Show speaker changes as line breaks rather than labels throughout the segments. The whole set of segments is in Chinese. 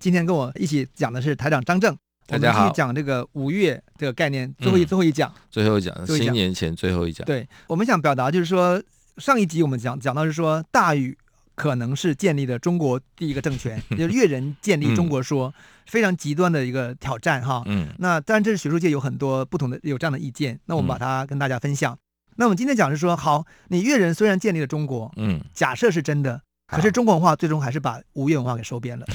今天跟我一起讲的是台长张正，
大家好
我们继续讲这个五月这个概念，最后一、
嗯
最后一讲。
最后一讲，
最后一讲
新年前最后一讲。
对我们想表达就是说，上一集我们讲讲到是说大禹可能是建立了中国第一个政 权，就是越人建立中国说，非常极端的一个挑战哈。
嗯
那当然，这是学术界有很多不同的有这样的意见，那我们把
嗯
它跟大家分享。那我们今天讲是说，好，你越人虽然建立了中国，
嗯，
假设是真的，可
好
是中国文化最终还是把吴越文化给收编了。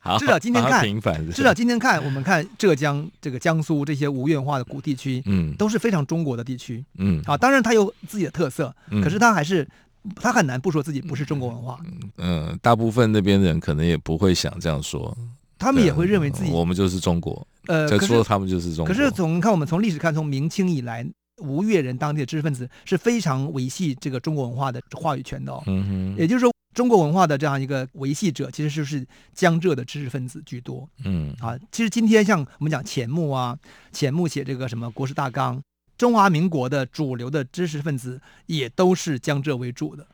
好，
至少今天
好
看
平反 是吧
至少今天看，我们看浙江、这个江苏这些吴越文化的古地区，
嗯
都是非常中国的地区
嗯，
啊。当然，它有自己的特色，
嗯
可是它还是它很难不说自己不是中国文化，
嗯，大部分那边人可能也不会想这样说，
他们也会认为自己
我们就是中国，
呃，
嗯在
可
说
是
他们就是中
可
国。
是从看我们从历史看，从明清以来。吴越人当地的知识分子是非常维系这个中国文化的话语权的哦，
嗯
也
哼，
就是说，中国文化的这样一个维系者，其实就是江浙的知识分子居多。
嗯
啊，其实今天像我们讲钱穆啊，钱穆写这个什么《国史大纲》，中华民国的主流的知识分子也都是江浙为主的，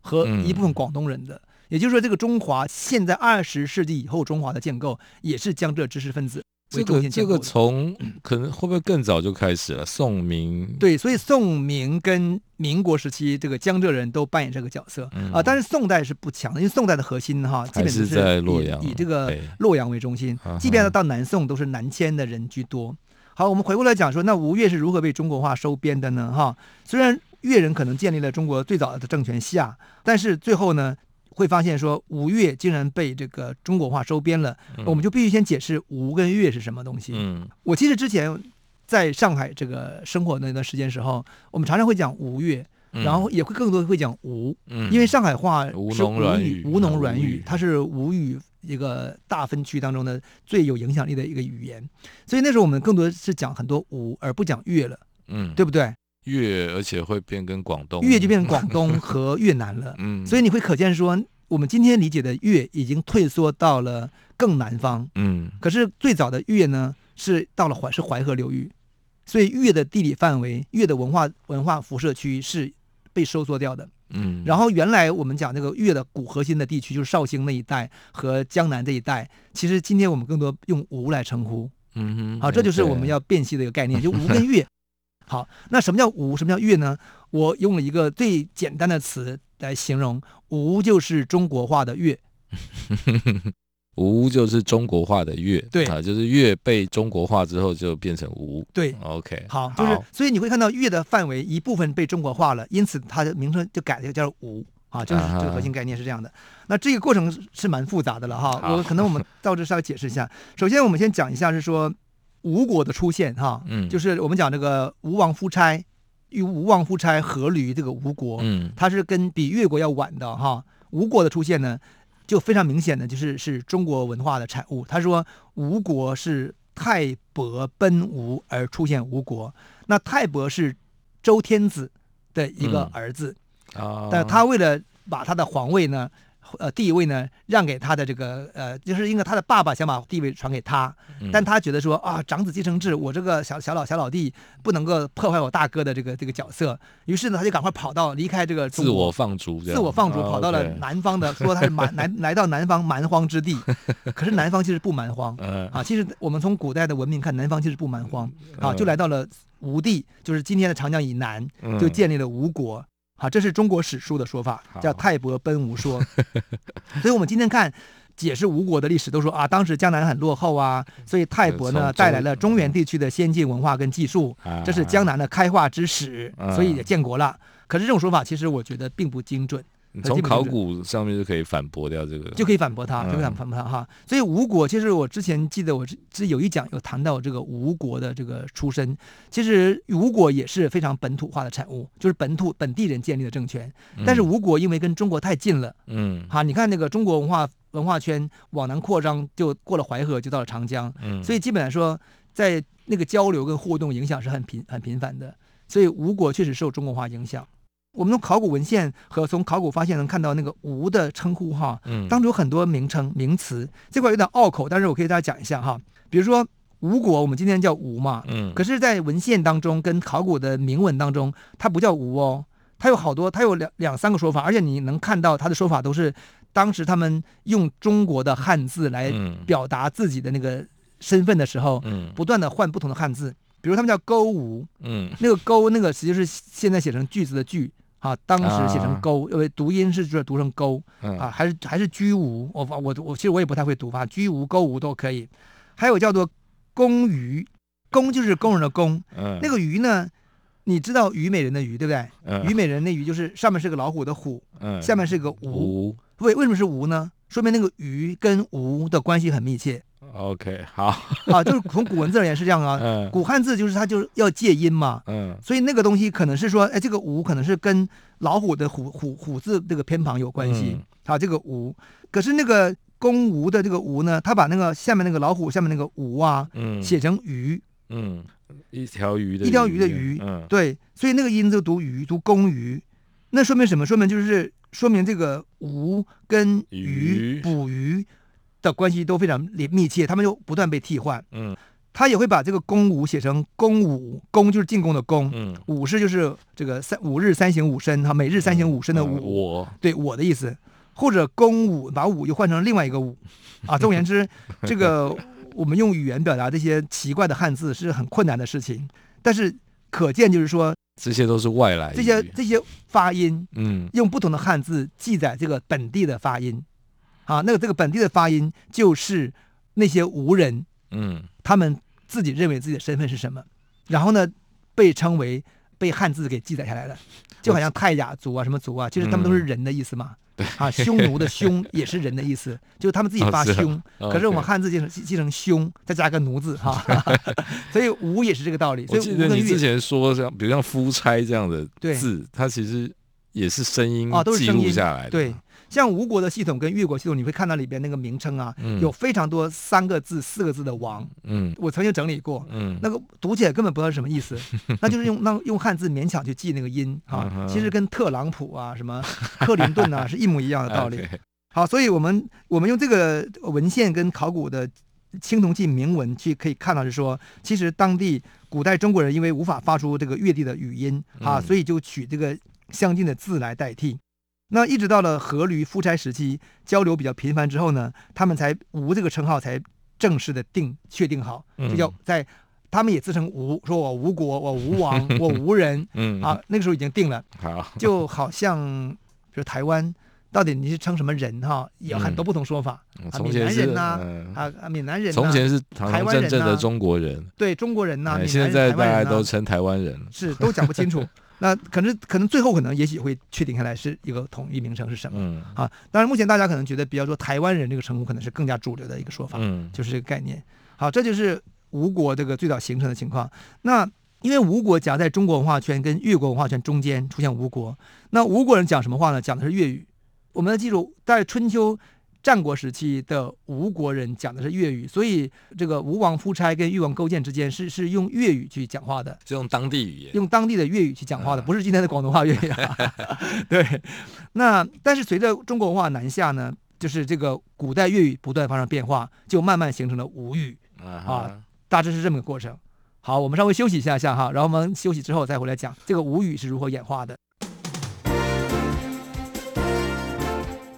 和
嗯
一部分广东人的。也就是说，这个中华现在二十世纪以后中华的建构，也是江浙知识分子为
这
中
个
心
这
建构
个
的。
从可能会不会更早就开始了？宋明，
对，所以宋明跟民国时期这个江浙人都扮演这个角色啊、
嗯
但是宋代是不强的，因为宋代的核心哈，基
还
本
是
都
在洛
以
阳
以这个
北
洛阳为中心
啊哈，
即便到南宋都是南迁的人居多。好，我们回过来讲说，那吴越是如何被中国化收编的呢？哈，虽然越人可能建立了中国最早的政权夏，但是最后呢，会发现说吴越竟然被这个中国化收编了，
嗯
我们就必须先解释吴跟越是什么东西。
嗯
我其实之前在上海这个生活那段时间时候，我们常常会讲吴越，
嗯
然后也会更多会讲吴，
嗯
因为上海话是
吴
吴
侬软
语
语，
吴侬软
吴
语
语，
它是吴语一个大分区当中的最有影响力的一个语言，所以那时候我们更多是讲很多吴，而不讲粤了，
嗯
对不对？
粤，而且会变跟广东
粤就变成广东和越南了，
嗯，
所以你会可见说，我们今天理解的粤已经退缩到了更南方，
嗯
可是最早的越呢，是到了淮是淮河流域，所以越的地理范围、越的文化文化辐射区是被收缩掉的。
嗯，
然后原来我们讲那个越的古核心的地区，就是绍兴那一带和江南这一带，其实今天我们更多用吴来称呼。
嗯哼，
好，这就是
对
我们要辨析的一个概念， 就吴跟越。好，那什么叫吴？什么叫越呢？我用了一个最简单的词来形容，吴就是中国化的越，
吴就是中国化的粤，
对
啊，就是粤被中国化之后就变成吴。
对。
OK，
好，就是所以你会看到“越”的范围一部分被中国化了，因此它的名称就改了，叫“吴”啊，就是这个核心概念是这样的。那这个过程是是蛮复杂的了 哈，
好
我可能我们到这是要解释一下。首先，我们先讲一下是说吴国的出现哈，
嗯
就是我们讲这个吴王夫差与吴王夫差阖闾这个吴国，
嗯
它是跟比越国要晚的哈。吴国的出现呢，就非常明显的就是是中国文化的产物。他说吴国是泰伯奔吴而出现吴国，那泰伯是周天子的一个
嗯
儿子，
啊，
但他为了把他的皇位呢。呃，地位呢，让给他的这个呃，就是因为他的爸爸想把地位传给他，
嗯
但他觉得说啊，长子继承制，我这个小小老小老弟不能够破坏我大哥的这个这个角色，于是呢，他就赶快跑到离开这个中
自
国
我放逐这样，
自我放逐，
啊
跑到了
OK
南方的，说他是蛮来来到南 方蛮荒之地，可是南方其实不蛮荒
嗯
啊。其实我们从古代的文明看，南方其实不蛮荒啊，
嗯
就来到了吴地，就是今天的长江以南，
嗯
就建立了吴国。啊，这是中国史书的说法，叫
好
泰伯奔吴说。 所以我们今天看解释吴国的历史，都说啊，当时江南很落后啊，所以泰伯呢
从
带来了
中
中原地区的先进文化跟技术，
嗯
这是江南的开化之始，
啊
所以也建国了。可是这种说法其实我觉得并不精准。
你
它
从
基本
考
就是
古上面就可以反驳掉这个，
就可以反驳他，就可以反
嗯
反驳他哈。所以吴国，其实我之前记得我之之有一讲有谈到这个吴国的这个出身，其实吴国也是非常本土化的产物，就是本土本地人建立的政权。但是
嗯
吴国因为跟中国太近了，
嗯
哈，你看那个中国文化文化圈往南扩张，就过了淮河，就到了长江，
嗯，
所
以
以基本来说，在那个交流跟互动影响是很频很频繁的。所以吴国确实受中国化影响。我们从考古文献和从考古发现能看到那个吴的称呼哈，
嗯
当中有很多名称名词，这块有点拗口，但是我可以给大家讲一下哈。比如说吴国，我们今天叫吴嘛，
嗯
可是，在文献当中跟考古的铭文当中，它不叫吴哦，它有好多，它有两两三个说法，而且你能看到它的说法都是当时他们用中国的汉字来
嗯
表达自己的那个身份的时候，
嗯
不断的换不同的汉字，比如他们叫勾吴，
嗯
那个勾那个其实是现在写成句子的句。啊，当时写成
啊
勾，因为读音是就是读成勾，
嗯
啊，还是还是居无，我我我其实我也不太会读法，居无、勾无都可以。还有叫做公鱼，公就是工人的工，
嗯
那个鱼呢，你知道虞美人的虞对不对？虞
嗯
美人那鱼就是上面是个老虎的虎，
嗯
下面是个吴。
吴
为为什么是吴呢？说明那个鱼跟吴的关系很密切
OK 好
啊，就是从古文字而言是这样啊。
嗯
古汉字就是它就是要借音嘛，
嗯
所以那个东西可能是说，哎，这个吴可能是跟老虎的虎虎虎字这个偏旁有关系。
嗯
啊，这个吴，可是那个公吴的这个吴呢，他把那个下面那个老虎下面那个吴啊，
嗯
写成鱼，
嗯一条鱼的
一条鱼的鱼
嗯
对，所以那个音就读鱼，读公鱼。那说明什么？说明就是说明这个吴跟鱼
鱼
捕鱼的关系都非常密密切，他们就不断被替换。
嗯
他也会把这个公吴写成公武，公就是进攻的公，
嗯
武是就是这个三五日三省吾身哈，每日三省吾身的
嗯
吾，
我
对我的意思，或者公武把武又换成另外一个武，啊，总而言之，这个我们用语言表达这些奇怪的汉字是很困难的事情，但是可见就是说
这些都是外来
这些
语
这些发音
嗯
用不同的汉字记载这个本地的发音，啊，那个这个本地的发音就是那些吴人
嗯
他们自己认为自己的身份是什么，然后呢，被称为被汉字给记载下来的，就好像泰雅族啊、什么族
嗯
啊，其实他们都是人的意思嘛。啊，匈奴的 匈也是人的意思，就是他们自己
哦
发
是啊
匈，可是我们
OK
汉字记成记成匈，再加个奴字哈， 所以吴也是这个道理。所
我
以
记
吴
得
跟
你
玉
之前说像，比如像夫差这样的
对
字，它其实也是声音
哦都是
记
声
录
音
下来的。
对，像吴国的系统跟越国系统，你会看到里边那个名称啊，
嗯
有非常多三个字、四个字的王，
嗯
我曾经整理过，
嗯，
那个读起来根本不知道是什么 意思，那就是用那用汉字勉强去记那个音
嗯
啊，
哼
其实跟特朗普啊、什么克林顿 啊是一模一样的道理。
OK，
好，所以我们我们用这个文献跟考古的青铜器铭文去可以看到，是说其实当地古代中国人因为无法发出这个越地的语音啊，
嗯
所以就取这个相近的字来代替。那一直到了阖闾夫差时期，交流比较频繁之后呢，他们才“吴”这个称号才正式的定确定好，就叫
嗯
在他们也自称吴，说我吴国，我吴 王，我吴人
嗯
啊，那个时候已经定了。
好，
就好像比如台湾，到底你是称什么人哈，有很多不同说法、
嗯
啊
从
闽
前
南
是
人呐
嗯
啊啊，闽南人、呐，
从前是堂
台
堂
湾
正
人
正的
呐
中国人，
对中国人呐、闽
哎
南
现
人
在
台
大
湾
家
人呐
都称台湾人了。
是都讲不清 楚。那可是可能最后可能也许会确定下来是一个统一名称是什么、
嗯
啊？当然，目前大家可能觉得，比较说台湾人这个称呼可能是更加主流的一个说法，
嗯
就是这个概念。好，这就是吴国这个最早形成的情况。那因为吴国夹在中国文化圈跟越国文化圈中间出现吴国，那吴国人讲什么话呢？讲的是粤语。我们要记住，在春秋战国时期的吴国人讲的是粤语，所以这个吴王夫差跟越王勾践之间是是用粤语去讲话的，
是用当地语言。
用当地的粤语去讲话的，
啊
不是今天的广东话粤语 啊。对，那但是随着中国文化南下呢，就是这个古代粤语不断发生变化，就慢慢形成了吴语。
啊
啊
哈，
大致是这么个过程。好，我们稍微休息一下下哈，然后我们休息之后再回来讲这个吴语是如何演化的。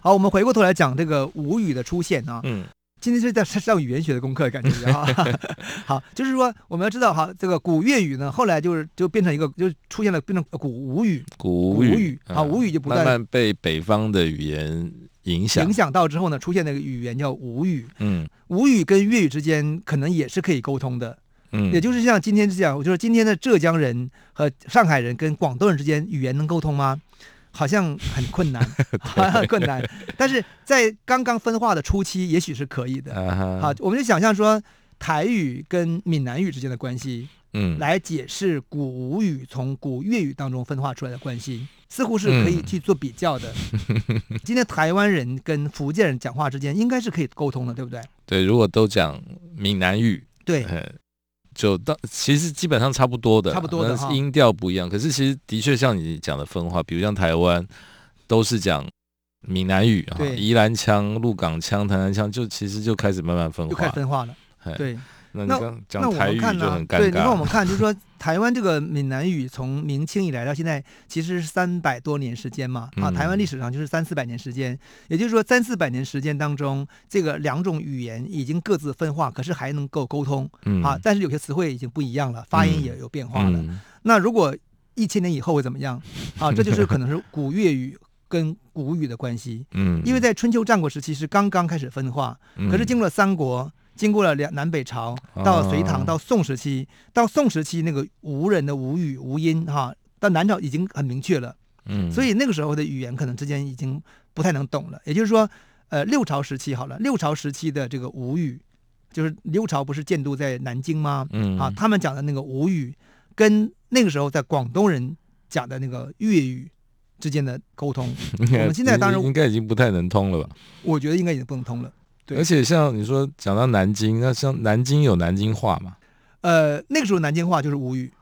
好，我们回过头来讲这个吴语的出现啊，
嗯
今天是在上语言学的功课，感觉 啊。好，就是说我们要知道哈，这个古粤语呢，后来就是就变成一个，就出现了变成古吴语，
古
古
语嗯
语啊吴语就不
慢
断
慢被北方的语言影响
影，响到之后呢，出现那个语言叫吴语。
嗯
吴语跟粤语之间可能也是可以沟通的，
嗯，
也就是像今天这样，我就说今天的浙江人和上海人跟广东人之间语言能沟通吗？好像很困难，好像很困难。但是在刚刚分化的初期，也许是可以的。
啊哈
好，我们就想象说台语跟闽南语之间的关系，
嗯
来解释古吴语从古粤语当中分化出来的关系，似乎是可以
嗯
去做比较 的。今天台湾人跟福建人讲话之间，应该是可以沟通的，对不对？
对，如果都讲闽南语，
对，
呃，就到其实基本上差不多的啦，
差不多的
但是
哈
音调不一样。可是其实的确像你讲的分化，比如像台湾都是讲闽南语啊，
对
宜兰腔、鹿港腔、台南腔，就其实就开始慢慢分
就开
化
始。分化了。
嘿，
对，
那你
那
刚
那
讲
我
台
们
语
看
就
呢
很？尴
对，你看我
尬
们。看，就是说台湾这个闽南语从明清以来到现在，其实是三百多年时间嘛，啊，
嗯
台湾历史上就是三四百年时间，也就是说三四百年时间当中，这个两种语言已经各自分化，可是还能够沟通。
嗯
啊，但是有些词汇已经不一样了，发音
嗯
也有变化了。
嗯
那如果一千年以后会怎么样？啊，这就是可能是古粤语跟古语的关系，
嗯，
因为在春秋战国时期是刚刚开始分化，可是经过了三国。经过了两南北朝，到隋唐，
哦
到宋时期，到宋时期那个吴人的吴语、吴音哈、到南朝已经很明确了，
嗯，
所以那个时候的语言可能之间已经不太能懂了。也就是说，呃，六朝时期好了，六朝时期的这个吴语，就是六朝不是建都在南京吗？
嗯
啊，他们讲的那个吴语，跟那个时候在广东人讲的那个粤语之间的沟通，我们现在当然
应该已经不太能通了吧？
我觉得应该已经不能通了。对
而且像你说讲到南京，那像南京有南京话嘛？
呃，那个时候南京话就是吴语，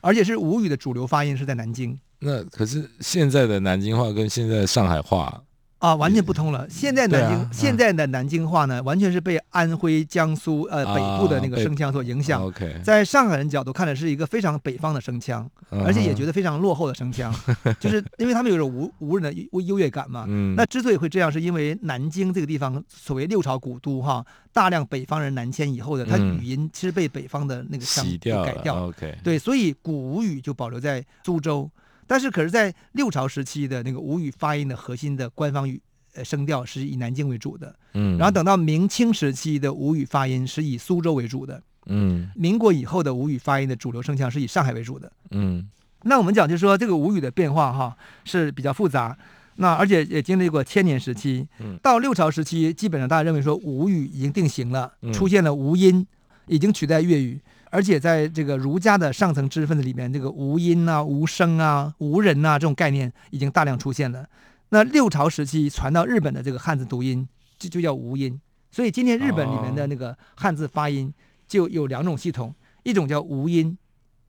而且是吴语的主流发音是在南京
那可是现在的南京话跟现在的上海话，
啊，完全不通了。现在
对
南京、
啊
现在的南京话呢，完全是被安徽、江苏呃
啊哦
北部的那个
被
声腔所影响。
OK，
在上海人角度看来，是一个非常北方的声腔，而且也觉
得，
得非常落后的声腔，就是因为他们有种无无人的优优越感嘛。
嗯，
那之所以会这样，是因为南京这个地方所谓六朝古都哈，大量北方人南迁以后的，它
嗯
语音其实被北方的那个腔
洗
给
掉
改
了
掉，
OK，
对，所以古吴语就保留在苏州，但是可是，在六朝时期的那个吴语发音的核心的官方语呃声调是以南京为主的，
嗯，
然后，等到明清时期的吴语发音是以苏州为主的，
嗯
民国以后的吴语发音的主流声腔是以上海为主的。
嗯
那我们讲就是说这个吴语的变化哈是比较复杂，那而且也经历过千年时期
嗯，
到六朝时期，基本上大家认为说吴语已经定型了，
嗯
出现了吴音，已经取代粤语，而且在这个儒家的上层知识分子里面，这个吴音啊、吴声啊、吴人啊这种概念已经大量出现了。那六朝时期传到日本的这个汉字读音就就叫吴音，所以今天日本里面的
哦
那个汉字发音就有两种系统，一种叫吴音，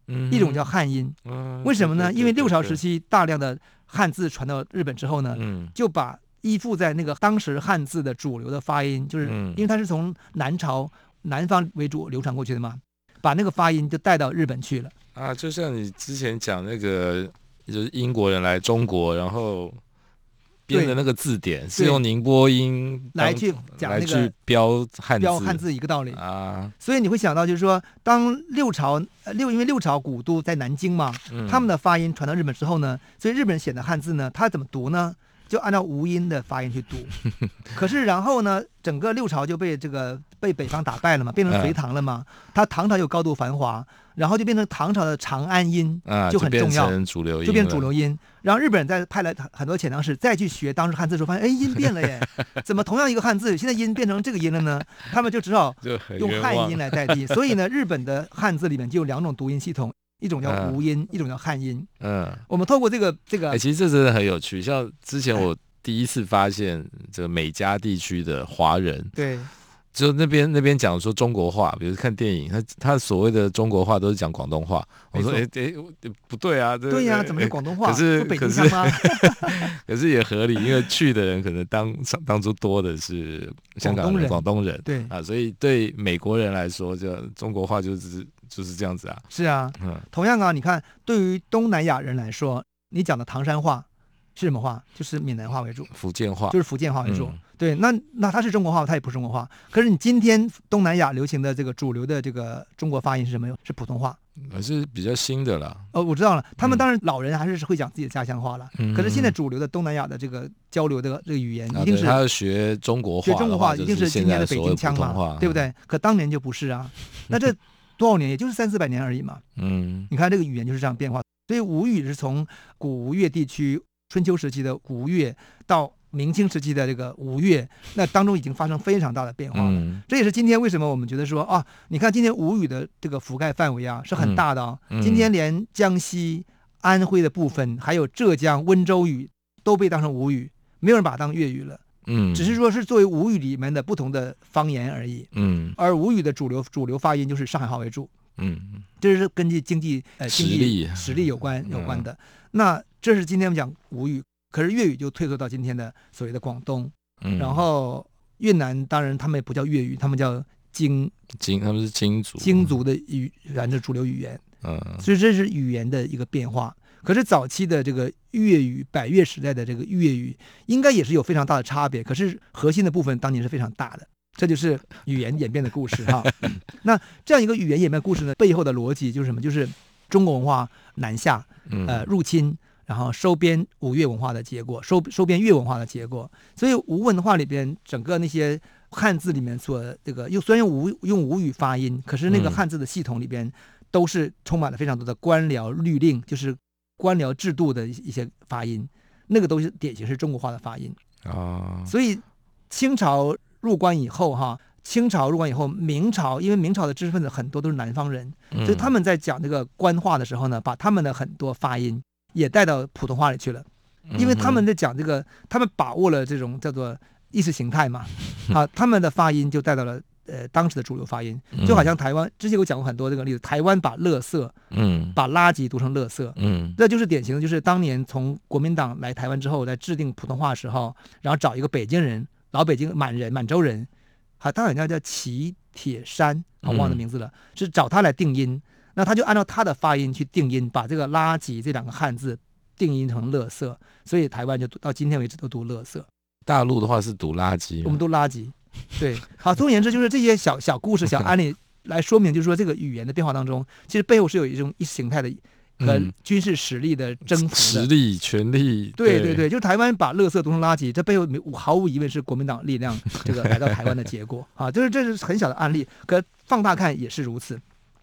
嗯，
一种叫汉音。
嗯，
为什么呢？
对
因为六朝时，
对
期大量的汉字传到日本之后呢
对对，嗯
就把依附在那个当时汉字的主流的发音，就是
嗯
因为它是从南朝南方为主流传过去的嘛，把那个发音就带到日本去了。
啊，就像你之前讲那个，就是英国人来中国，然后编的那个字典是
对
用宁波音当
来去讲
来
那
去
个
标汉
标汉字一个道理，
啊，
所以你会想到就是说，当六朝呃六因为六朝古都在南京嘛，他们
的
的发音传到日本之后呢，所以日本人写的汉字呢，它怎么读呢？就按照吴音的发音去 读。可是然后呢，整个六朝就被这个被北方打败了嘛，
嗯
变成隋唐了嘛。它唐朝又高度繁华，然后就变成唐朝的长安音，
啊
就很
变
重要
成主流音了，
就变主流音。然后日本人再派来很多遣唐使再去学当时汉字的时候，发现哎音变了 耶，怎么同样一个汉字，现在音变成这个音了呢？他们就只好
就很
用
冤
汉
枉
音来代替。所以呢，日本的汉字里面就有两种读音系统，一种叫
嗯
吴音，一种叫汉音。
嗯。
我们透过这个这
哎、
个
其实这真的很有趣。像之前我第一次发现这个美加地区的华人，
对，
就那边那边讲说中国话，比如看电影，他他所谓的中国话都是讲广东话。我说
没
哎
错
哎、诶不对啊，这
对呀、
诶
怎么是
诶
广东话？
可是
说北京
可
腔
是
吗？
可是也合理，因为去的人可能当当初多的是香港人、
广
广东人
对，
啊，所以对美国人来说，就中国话就是就是这样子啊。
是啊。
嗯，
同样啊，你看，对于东南亚人来说，你讲的唐山话是什么话？就是闽南话为主，
福建话
就是福建话为主。
啊嗯
对，那那它是中国话，它也不是中国话。可是你今天东南亚流行的这个主流的这个中国发音是什么？是普通话。
还是比较新的啦。
哦，我知道了，他们
嗯
当然老人还是会讲自己的家乡话了。
嗯
可是现在主流的东南亚的这个交流的这个语言，
啊
一定
对
是
他要学中国话
学
的话，
中国话一
就
定是今
现
天
在
的北
所谓
京腔
普通
嘛
话，，嗯
对不？对？可当年就不是啊。那这多少年，也就是三四百年而已嘛。
嗯，
你看这个语言就是这样变化，所以吴语是从古吴越地区春秋时期的吴越到明清时期的这个吴越，那当中已经发生非常大的变化了。
嗯
这也是今天为什么我们觉得说啊，你看今天吴语的这个覆盖范围啊是很大的啊、
嗯嗯
今天连江西、安徽的部分，还有浙江温州语都被当成吴语，没有人把它当粤语了，
嗯，
只是说是作为吴语里面的不同的方言而已。
嗯
而吴语的主流主流发音就是上海话为主，
嗯
这是根据经济呃
哎实
经济
力
实力有关
嗯
有关的。那这是今天我们讲吴语，可是粤语就退缩到今天的所谓的广东，
嗯，
然后越南当然他们也不叫粤语，他们叫京
金他们是金族，
京族的语言的主流语言，
嗯
所以这是语言的一个变化。可是早期的这个粤语，百越时代的这个粤语，应该也是有非常大的差别。可是核心的部分当年是非常大的，这就是语言演变的故事哈。那这样一个语言演变故事呢，背后的逻辑就是什么？就是中国文化南下，
嗯
呃入侵，然后收编吴越文化的结果，收收编越文化的结果。所以吴文化里边整个那些汉字里面所这个用虽然用吴用吴语发音，可是那个
嗯
汉字的系统里边都是充满了非常多的官僚律令，就是官僚制度的一一些发音，那个都是典型是中国化的发音。
啊
所以清朝入关以后哈。清朝入关以后，明朝因为明朝的知识分子很多都是南方人，
嗯
所以他们在讲这个官话的时候呢，把他们的很多发音也带到普通话里去了，
嗯
因为他们在讲这个，他们把握了这种叫做意识形态嘛，啊，他们的发音就带到了呃当时的主流发音，就好像台湾之前我讲过很多这个例子，台湾把“乐色”
嗯
把“垃圾”读成“乐色”。
嗯
这就是典型的，就是当年从国民党来台湾之后，在制定普通话的时候，然后找一个北京人，老北京满人、满洲人，还当然叫叫齐铁山，啊，忘了
嗯
名字了，是找他来定音。那他就按照他的发音去定音，把这个“垃圾”这两个汉字定音成“乐色”，所以台湾就读到今天为止都读“乐色”。
大陆的话是毒垃圾嘛，
我们都垃圾。对，好，总而言之，就是这些小小故事、小案例来说明，就是说这个语言的变化当中，其实背后是有一种意识形态的和
嗯
军事实力的征服的。
实力、权力，
对对对，就是台湾把垃圾读成垃圾，这背后没毫无疑问是国民党力量这个来到台湾的结果 啊，就是这是很小的案例，可放大看也是如此。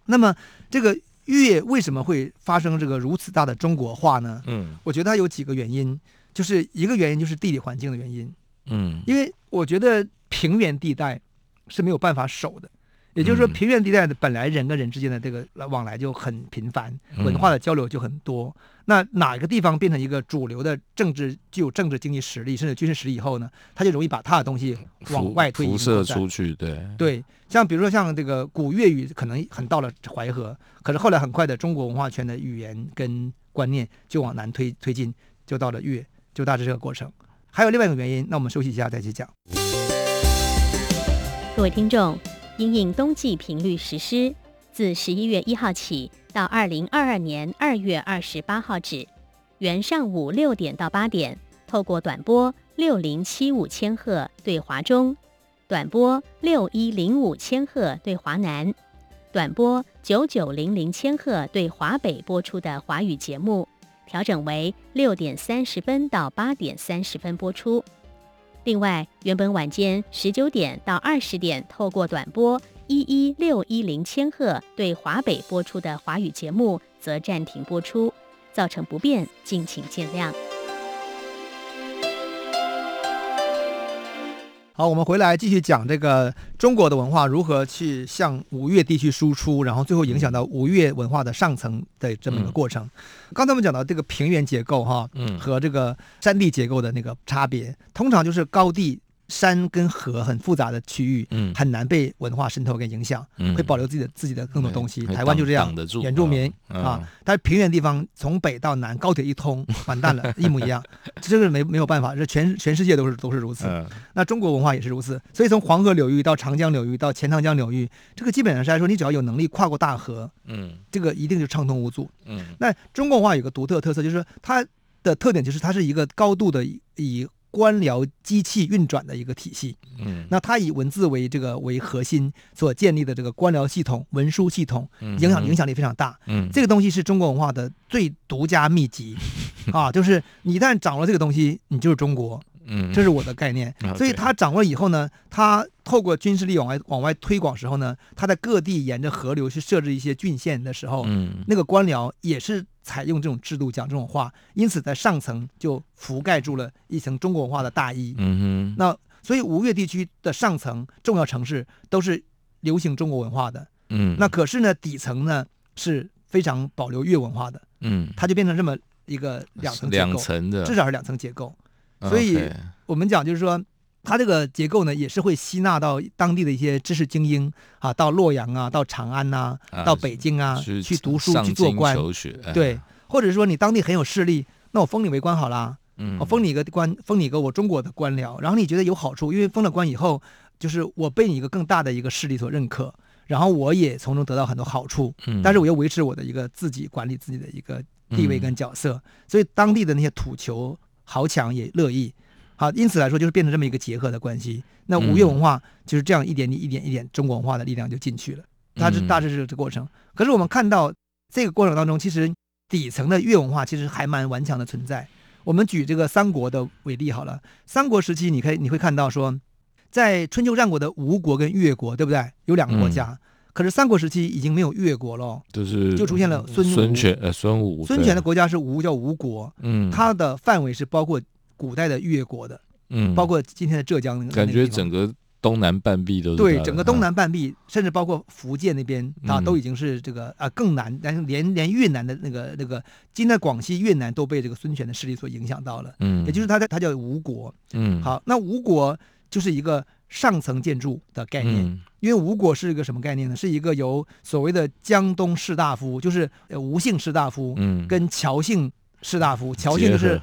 那么这个越为什么会发生这个如此大的中国化呢？
嗯
我觉得它有几个原因，就是一个原因就是地理环境的原因，
嗯
因为我觉得平原地带是没有办法守的，也就是说，
嗯
平原地带的本来人跟人之间的这个往来就很频繁，
嗯
文化的交流就很多。那哪个地方变成一个主流的政治具有政治经济实力甚至军事实力以后呢，他就容易把他的东西往
辐
外推移
辐
扩
射
散
出去，对
对，像比如说像这个古粤语，可能很到了淮河，可是后来很快的中国文化圈的语言跟观念就往南推推进，就到了粤，就大致这个过程。还有另外一个原因，那我们休息一下再去讲。
各位听众，因应冬季频率实施，自十一月一号起到二零二二年二月二十八号止，原上午六点到八点，透过短波六零七五千赫对华中，短波六一零五千赫对华南，短波九九零零千赫对华北播出的华语节目，调整为六点三十分到八点三十分播出。另外，原本晚间十九点到二十点，透过短波一一六一零千赫对华北播出的华语节目，则暂停播出，造成不便，敬请见谅。
好，我们回来继续讲这个中国的文化如何去向吴越地区输出，然后最后影响到吴越文化的上层的这么一个过程。刚才我们讲到这个平原结构哈，
嗯
和这个山地结构的那个差别，通常就是高地山跟河很复杂的区域，
嗯
很难被文化渗透跟影响，
嗯
会保留自己的自己的更多东西。
对会
台湾就这样
挡挡得住，
原住民
嗯
啊，但是平原地方从北到南高铁一通，完蛋了，一模一样，这个没没有办法，这全全世界都是都是如此。
嗯
那中国文化也是如此，所以从黄河流域到长江流域到钱塘江流域，这个基本上是来说，你只要有能力跨过大河，
嗯
这个一定是畅通无阻。
嗯
那中国文化有个独特特色，就是它的特点就是它是一个高度的以以官僚机器运转的一个体系。
嗯，
那它以文字为这个为核心所建立的这个官僚系统、文书系统，
嗯
影响影响力非常大。
嗯
这个东西是中国文化的最独家秘 籍啊！就是你一旦掌握了这个东西，你就是中国，
嗯
这是我的概念。
嗯
所以
OK
他掌握以后呢，他透过军事力往外往外推广时候呢，他在各地沿着河流去设置一些郡县的时候，
嗯
那个官僚也是采用这种制度讲这种话，因此在上层就覆盖住了一层中国文化的大衣。
嗯哼
那所以吴越地区的上层重要城市都是流行中国文化的，
嗯
那可是呢底层呢是非常保留越文化的，
嗯
它就变成这么一个两层结
两
构，
层的，
至少是两层结构。所以
OK
我们讲就是说，它这个结构呢，也是会吸纳到当地的一些知识精英啊，到洛阳啊，到长安呐、
嗯啊
到北京啊，
去
去读书
上
去做
京
官，
求嗯学，哎，
对，或者说你当地很有势力，那我封你为官好啦，
嗯，
我哦封你一个官，封你一个我中国的官僚，然后你觉得有好处，因为封了官以后，就是我被你一个更大的一个势力所认可，然后我也从中得到很多好处，
嗯，
但是我又维持我的一个自己管理自己的一个地位跟角色，所以当地的那些土酋豪强也乐意。好，因此来说就是变成这么一个结合的关系。那吴越
嗯
文化就是这样一点一点一点中国文化的力量就进去了，大致
嗯
大致是这个过程。可是我们看到这个过程当中，其实底层的越文化其实还蛮顽强的存在。我们举这个三国的为例好了，三国时期你可以你会看到说，在春秋战国的吴国跟越国，对不对？有两个国
嗯
家，可是三国时期已经没有越国了。
就是
就出现了孙
孙
武
权呃孙武
孙
对
权的国家是吴，叫吴国，
嗯
它的范围是包括古代的越国的，
嗯
包括今天的浙江那个
感觉整
个
个东南半壁都是
对
他的
整个东南半壁，甚至包括福建那边啊，
嗯
都已经是这个啊更南，但是连连越南的那个那个今天的广西、越南都被这个孙权的势力所影响到了，
嗯，
也就是他在他叫吴国。
嗯
好，那吴国就是一个上层建筑的概念，
嗯
因为吴国是一个什么概念呢？是一个由所谓的江东士大夫，就是呃吴姓士大夫，
嗯
跟乔姓士大夫，乔姓就是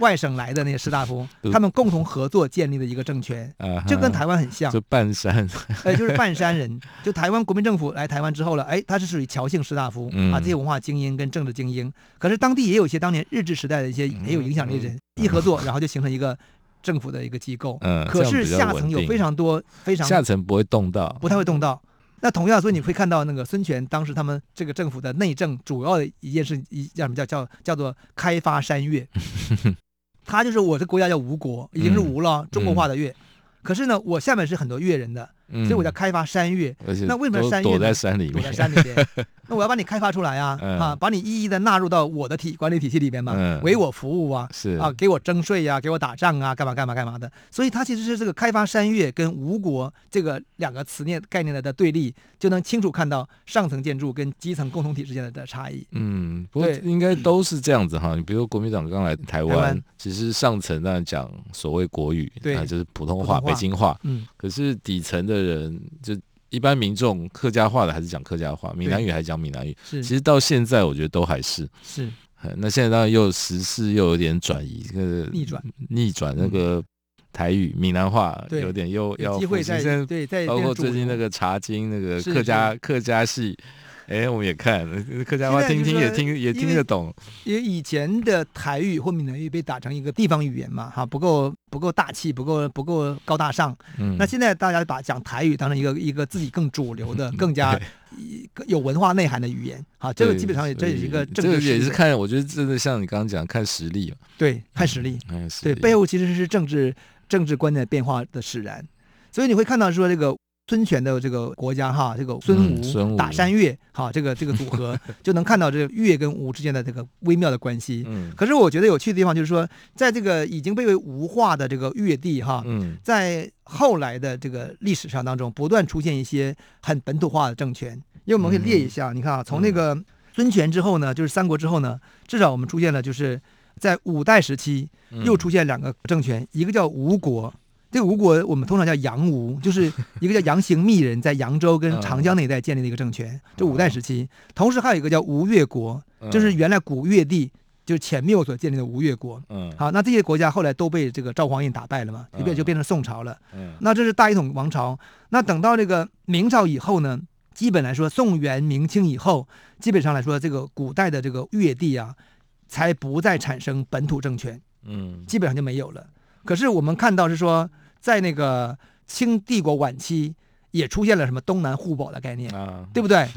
外省来的那些士大 夫
都，
他们共同合作建立的一个政权，
啊
这跟
哈
台湾很像
就，半山
呃，就是半山人，就台湾国民政府来台湾之后了，哎，他是属于乔姓士大夫
嗯
啊，这些文化精英跟政治精英，可是当地也有一些当年日治时代的一些
嗯
也有影响力的人，一合作，然后就形成一个政府的一个机构，
嗯，
可
这样
是
比较
下
稳
层有
定
非常多非常
下层不会动到，
不太会动到。那同样，所以你会看到那个孙权当时他们这个政府的内政主要的一件事，一叫什么叫叫叫做开发山 岳。他就是我这国家叫吴国，已
嗯
经是吴了，中国化的越。可是呢，我下面是很多越人的，
嗯，
所以我叫开发山岳，
而且
那为什么
都
山
躲
岳
在
呢
山里
躲在
面？
山里 边。那我要把你开发出来啊，
嗯
啊，把你一一的纳入到我的体管理体系里边嘛，
嗯
为我服务啊，
是
啊，，给我征税呀、给我打仗啊，干嘛干嘛干嘛的。所以它其实是这个开发山岳跟吴国这个两个词念概念的的对立，就能清楚看到上层建筑跟基层共同体之间的的差异。
嗯，不过
对
应该都是这样子哈。你比如说国民党刚来台湾，
湾
其实上层当然讲所谓国语，
对
啊，就是普
普
通
通
话、北
话
京话，
嗯，
可是底层的人就。一般民众客家话的还是讲客家话，闽南语还是讲闽南语。
是
其实到现在，我觉得都还是。
是
呃那现在当然又时事又有点转移，这个
逆转，
逆转那
嗯
个台语、闽南话
对
有点又要
有机
复
会
兴
在
现在
对在
包
变
括
主
最近那
流
个茶经那个
是
客家客家戏，哎，我们也看客家话，
现在
听
就
听也
说
听也
因
听
为
得懂，
因为以前的台语或闽南语被打成一个地方语言嘛，哈，不够不够大气，不够不够高大上。
嗯，
那现在大家把讲台语当成一个一个自己更主流
嗯
的、更加一更有文化内涵的语言，啊，这个
对
基本上也这
所
也是
以
一个
这
政
个
治
也
实
是
力
看，我觉得真的像你刚刚讲，看实力嘛，
对看实力，
看实
对
力
背后其实是政治政治观念变化的使然，所以你会看到说这个孙权的这个国家哈，这个孙
嗯孙
吴
吴
打山越哈，这个这个组 合就能看到这个越跟吴之间的这个微妙的关系。
嗯
可是我觉得有趣的地方就是说，在这个已经被吴化的这个越地哈，
嗯
在后来的这个历史上当中，不断出现一些很本土化的政权。因为我们可以列一下，你看啊，从那个孙权之后呢，就是三国之后呢，至少我们出现了就是在五代时期
嗯
又出现两个政权，一个叫吴国。这个吴国我们通常叫杨吴，就是一个叫杨行密人在扬州跟长江那一带建立的一个政权，这五代时期。同时还有一个叫吴越国，
嗯
就是原来古越地，就是前缪所建立的吴越国。
嗯
好，那这些国家后来都被这个赵匡胤打败了嘛，就变就变成宋朝了。
嗯
那这是大一统王朝。那等到这个明朝以后呢，基本来说，宋元明清以后，基本上来说，这个古代的这个越地啊，才不再产生本土政权，
嗯
基本上就没有了。可是我们看到是说，在那个清帝国晚期，也出现了什么东南互保的概念。
啊
对不 对？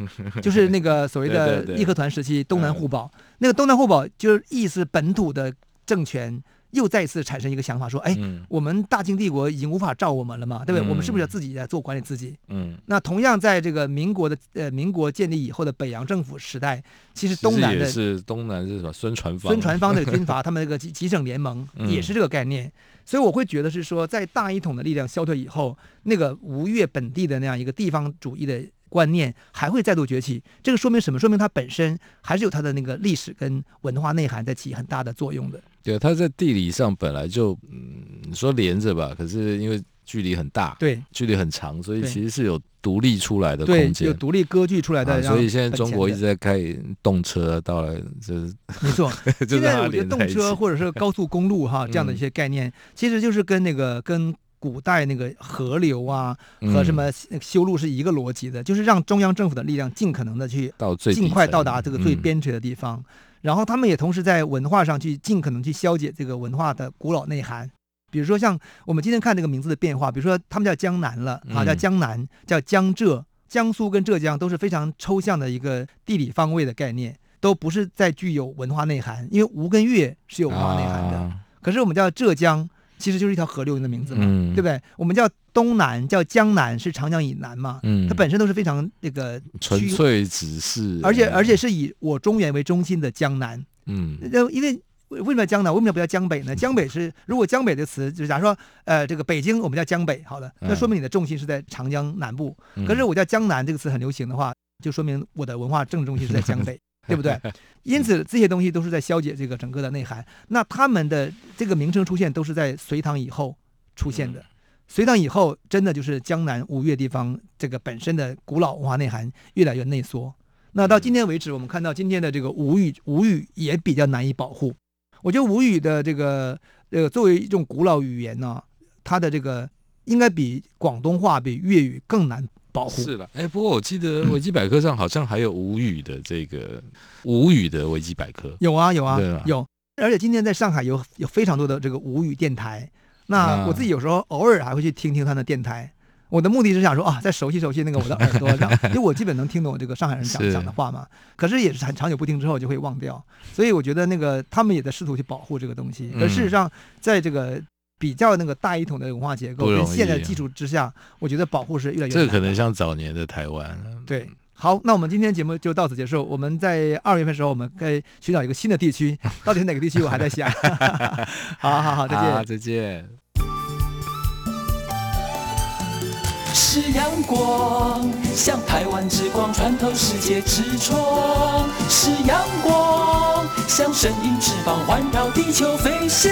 就是那个所谓的
对对对嗯
义和团时期东南互保，那个东南互保就是意思本土的政权又再次产生一个想法，说，哎，
嗯
我们大清帝国已经无法照我们了嘛，对不对？
嗯
我们是不是要自己来做管理自己？
嗯
那同样在这个民国的呃民国建立以后的北洋政府时代，其实
其实
东南
也
的
是东南是什么孙传芳
孙传芳的军阀，他 们那个集集省联盟
嗯
也是这个概念，所以我会觉得是说，在大一统的力量消退以后，那个吴越本地的那样一个地方主义的观念还会再度崛起。这个说明什么？说明它本身还是有它的那个历史跟文化内涵在起很大的作用的。
对，它在地理上本来就嗯你说连着吧，可是因为距离很大，
对
距离很长，所以
对
其实是有独立出来的
对
空，间
有。独立割据出来的
啊，
让本钱的、
所以现在中国一直在开动车到了，就是
没错，
就
现在
让它
我觉得
连在
动
一
车
起
或者 是高速公路哈这样的一些概念，其实就是跟那个跟古代那个河流啊和什
嗯
么修路是一个逻辑的，就是让中央政府的力量尽可能的去
到最
尽
底
快
层
到达这个最
嗯
边陲的地方，然后他们也同时在文化上去尽可能去消解这个文化的古老内涵。比如说像我们今天看这个名字的变化，比如说他们叫江南了啊，
嗯
叫江南，叫江浙，江苏跟浙江都是非常抽象的一个地理方位的概念，都不是再具有文化内涵，因为吴跟越是有文化内涵的。
啊
可是我们叫浙江，其实就是一条河流的名字嘛，
嗯
对不对？我们叫东南，叫江南是长江以南嘛，
嗯，
它本身都是非常那个
纯
区
粹只是，
而且而且是以我中原为中心的江南，
嗯
呃，因为为为什么叫江南？为什么不叫江北呢？江北是如果江北的词，就假如说呃这个北京我们叫江北，好了，
嗯
那说明你的重心是在长江南部。
嗯，
可是我叫江南这个词很流行的话，就说明我的文化政治中心是在江北。对不对？因此这些东西都是在消解这个整个的内涵。那他们的这个名称出现都是在隋唐以后出现的。隋唐以后，真的就是江南吴越地方这个本身的古老文化内涵越来越内缩。那到今天为止，我们看到今天的这个吴语，吴语也比较难以保护。我觉得吴语的这个呃，作为一种古老语言呢、它的这个应该比广东话、比粤语更难保护。
是了，哎，不过我 记得维基百科上好像还有吴语的这个吴语的维基百科，
有啊，有啊
对吧，
有。而且今天在上海有有非常多的这个吴语电台，那
啊
我自己有时候偶尔还会去听听他的电台。我的目的是想说啊，再熟悉熟悉那个我的耳 朵，让因为我基本能听懂这个上海人讲
是
讲的话嘛。可是也是很长久不听之后就会忘掉，所以我觉得那个他们也在试图去保护这个东西。
嗯
而事实上，在这个比较那个大一统的文化结构
不容
跟
易
现在基础之下，我觉得保护是越来越
这
难
个可
的
能像早年的台湾，
对，好，那我们今天节目就到此结束。我们在二月份的时候，我们该寻找一个新的地区，到底是哪个地区，我还在想。 好好好，再见
啊。再见。
是阳光，像台湾之光穿透世界之窗；是阳光，像神鹰翅膀环绕地球飞翔。